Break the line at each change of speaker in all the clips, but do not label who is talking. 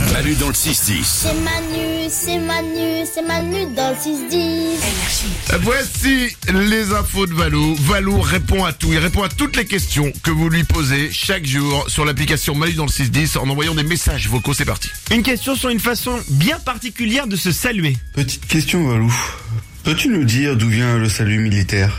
Manu dans le 6-10.
C'est Manu, c'est Manu, c'est Manu dans le 6-10.
Voici les infos de Valou. Valou répond à tout. Il répond à toutes les questions que vous lui posez chaque jour sur l'application Manu dans le 610 en envoyant des messages vocaux. C'est parti.
Une question sur une façon bien particulière de se saluer.
Petite question, Valou. Peux-tu nous dire d'où vient le salut militaire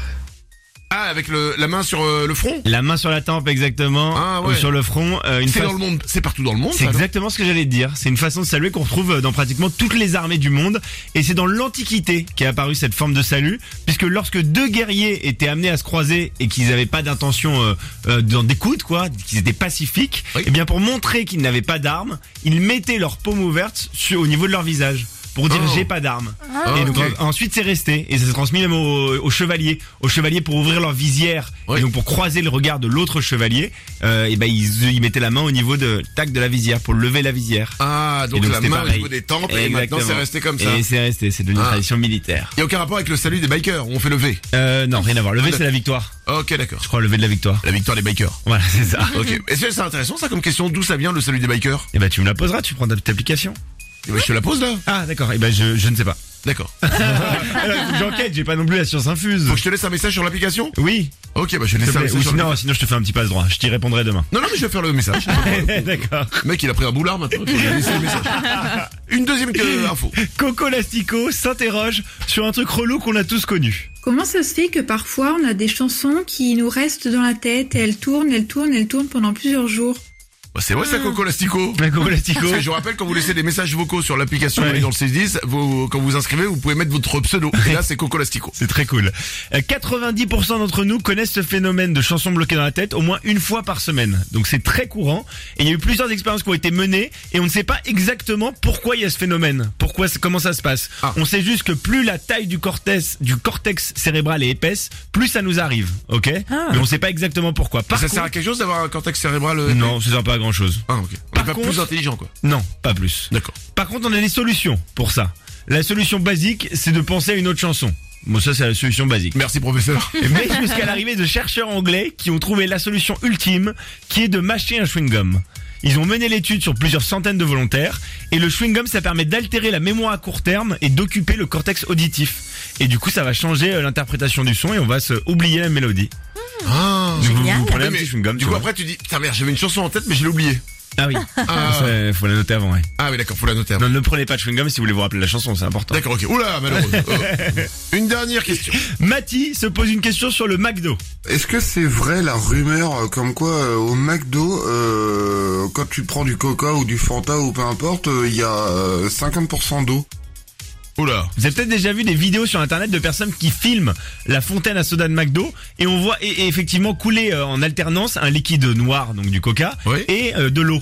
Ah, avec le, la main sur euh, le front
La main sur la tempe exactement,
Ah, ouais.
ou sur le front. euh, une
C'est
fa-
dans le monde. C'est partout dans le monde.
C'est
ça, non
exactement ce que j'allais te dire. C'est une façon de saluer qu'on retrouve euh, dans pratiquement toutes les armées du monde. Et c'est dans l'Antiquité qu'est apparue cette forme de salut, puisque lorsque deux guerriers étaient amenés à se croiser et qu'ils n'avaient pas d'intention euh, euh, d'en- d'écoute, quoi, qu'ils étaient pacifiques,
Oui.
et bien pour montrer qu'ils n'avaient pas d'armes, ils mettaient leur paume ouverte sur, au niveau de leur visage. Pour dire
Oh.
j'ai pas d'armes.
Ah,
et donc,
ok.
en- ensuite c'est resté et ça s'est transmis même aux, aux chevaliers, aux chevaliers pour ouvrir leur visière
Oui.
et donc pour croiser le regard de l'autre chevalier, euh, et ben ils, ils mettaient la main au niveau de tac de la visière pour lever la visière.
Ah, donc,
Et donc
la
c'était
main au
pareil.
niveau des tempes et, maintenant
Exactement.
c'est resté comme ça.
Et
Il
c'est resté, c'est devenu une
Ah.
tradition militaire.
y a aucun rapport avec le salut des bikers. On fait le V.
Euh, non, rien à voir.
Ah,
Lever c'est la victoire.
Ok, d'accord.
Je crois lever de la victoire.
La victoire des bikers.
Voilà, c'est ça.
Ok. Est-ce que c'est intéressant ça comme question D'où ça vient le salut des bikers
Et ben tu me la poseras, tu prends ta petite application.
Eh ben, Je te la pose là.
Ah d'accord. Et ben je, je ne sais pas.
D'accord.
Ah. Alors, faut que J'enquête, j'ai pas non plus la science infuse.
Faut que je te laisse un message sur l'application
Oui.
Ok, bah je vais
s'il te
laisser un
plaît.
message.
Ou
sur
sinon, sinon je te fais un petit passe droit. Je t'y répondrai demain.
Non, non, mais je vais faire le message.
D'accord.
Le mec, il a pris un boulard maintenant. il faut lui laisser le message. Une deuxième que- euh, info.
Coco Lastico s'interroge sur un truc relou qu'on a tous connu.
Comment ça se fait que parfois on a des chansons qui nous restent dans la tête et elles tournent, elles tournent, elles tournent pendant plusieurs jours
Bah, c'est vrai ça, Coco Lastico
Coco Lastico.
Parce que je vous rappelle, quand vous laissez des messages vocaux sur l'application
Ouais.
Manu dans le 610, vous, quand vous inscrivez, vous pouvez mettre votre pseudo. Et là, c'est Coco Lastico.
C'est très cool. Euh, 90% d'entre nous connaissent ce phénomène de chansons bloquées dans la tête au moins une fois par semaine. Donc c'est très courant. Et il y a eu plusieurs expériences qui ont été menées et on ne sait pas exactement pourquoi il y a ce phénomène. Pourquoi, comment ça se passe.
Ah.
On sait juste que plus la taille du cortex, du cortex cérébral est épaisse, plus ça nous arrive. Ok? Mais on ne sait pas exactement pourquoi. Par
ça
contre-
sert à quelque chose d'avoir un cortex cérébral euh,
non, ça sert pas à grand chose.
Ah, ok. On
Par
est pas
contre-
plus intelligent, quoi.
Non, pas plus.
D'accord.
Par contre, on a des solutions pour ça. La solution basique, c'est de penser à une autre chanson. Bon, ça, c'est la solution basique.
Merci, professeur.
Mais jusqu'à l'arrivée de chercheurs anglais qui ont trouvé la solution ultime, qui est de mâcher un chewing-gum. Ils ont mené l'étude sur plusieurs centaines de volontaires, et le chewing-gum, ça permet d'altérer la mémoire à court terme et d'occuper le cortex auditif. Et du coup, ça va changer euh, l'interprétation du son et on va se oublier la mélodie.
Ah.
Donc, vous, vous prenez un
Mais
petit chewing-gum,
du coup, après, tu dis, putain, merde, j'avais une chanson en tête, mais je l'ai oubliée.
Ah oui,
Ah,
Ça, faut la noter avant, ouais.
ah oui, d'accord, faut la noter. avant.
Non, ne prenez pas de chewing-gum si vous voulez vous rappeler la chanson, c'est important.
D'accord, ok. Oula, malheureux. Euh, une dernière question.
Matty se pose une question sur le McDo.
Est-ce que c'est vrai la rumeur euh, comme quoi euh, au McDo, euh, quand tu prends du Coca ou du Fanta ou peu importe, euh, il y a euh, 50% d'eau
Oula.
Vous avez peut-être déjà vu des vidéos sur internet de personnes qui filment la fontaine à soda de McDo et on voit e- effectivement couler euh, en alternance un liquide noir, donc du coca,
Oui.
et euh, de l'eau.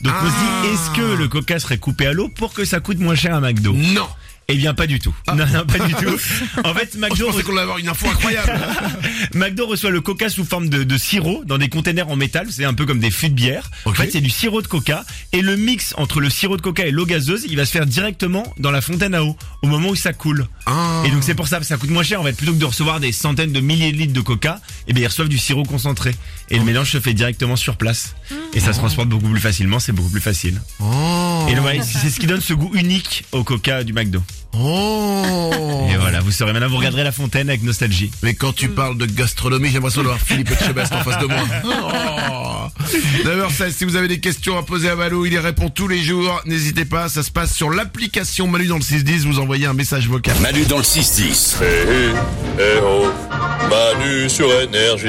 Donc on
Ah.
se dit, est-ce que le coca serait coupé à l'eau pour que ça coûte moins cher à McDo
Non.
Eh bien pas du tout. Non, non, pas du tout. En
Oh, Ah.
fait,
je
McDo,
pensais qu'on allait avoir une info incroyable.
McDo reçoit le coca sous forme de, de sirop dans des containers en métal, c'est un peu comme des fûts de bière.
Ok.
En fait, c'est du sirop de coca et le mix entre le sirop de coca et l'eau gazeuse, il va se faire directement dans la fontaine à eau au moment où ça coule.
Ah.
Et donc c'est pour ça, ça coûte moins cher en fait. Plutôt que de recevoir des centaines de milliers de litres de coca, eh bien ils reçoivent du sirop concentré. Et le mélange se fait directement sur place. Et ça se transporte beaucoup plus facilement, c'est beaucoup plus facile.
Oh.
Et donc, ouais, c'est ce qui donne ce goût unique au coca du McDo.
Oh.
Et voilà, vous saurez maintenant, vous regarderez la fontaine avec nostalgie.
Mais quand tu parles de gastronomie, j'aimerais savoir Philippe Etchebest en face de moi. Oh. 9h16, si vous avez des questions à poser à Valou, il y répond tous les jours. N'hésitez pas, ça se passe sur l'application Manu dans le 610. Vous envoyez un message vocal.
Manu dans le 6-10.
Eh, eh, eh oh, Manu sur énergie.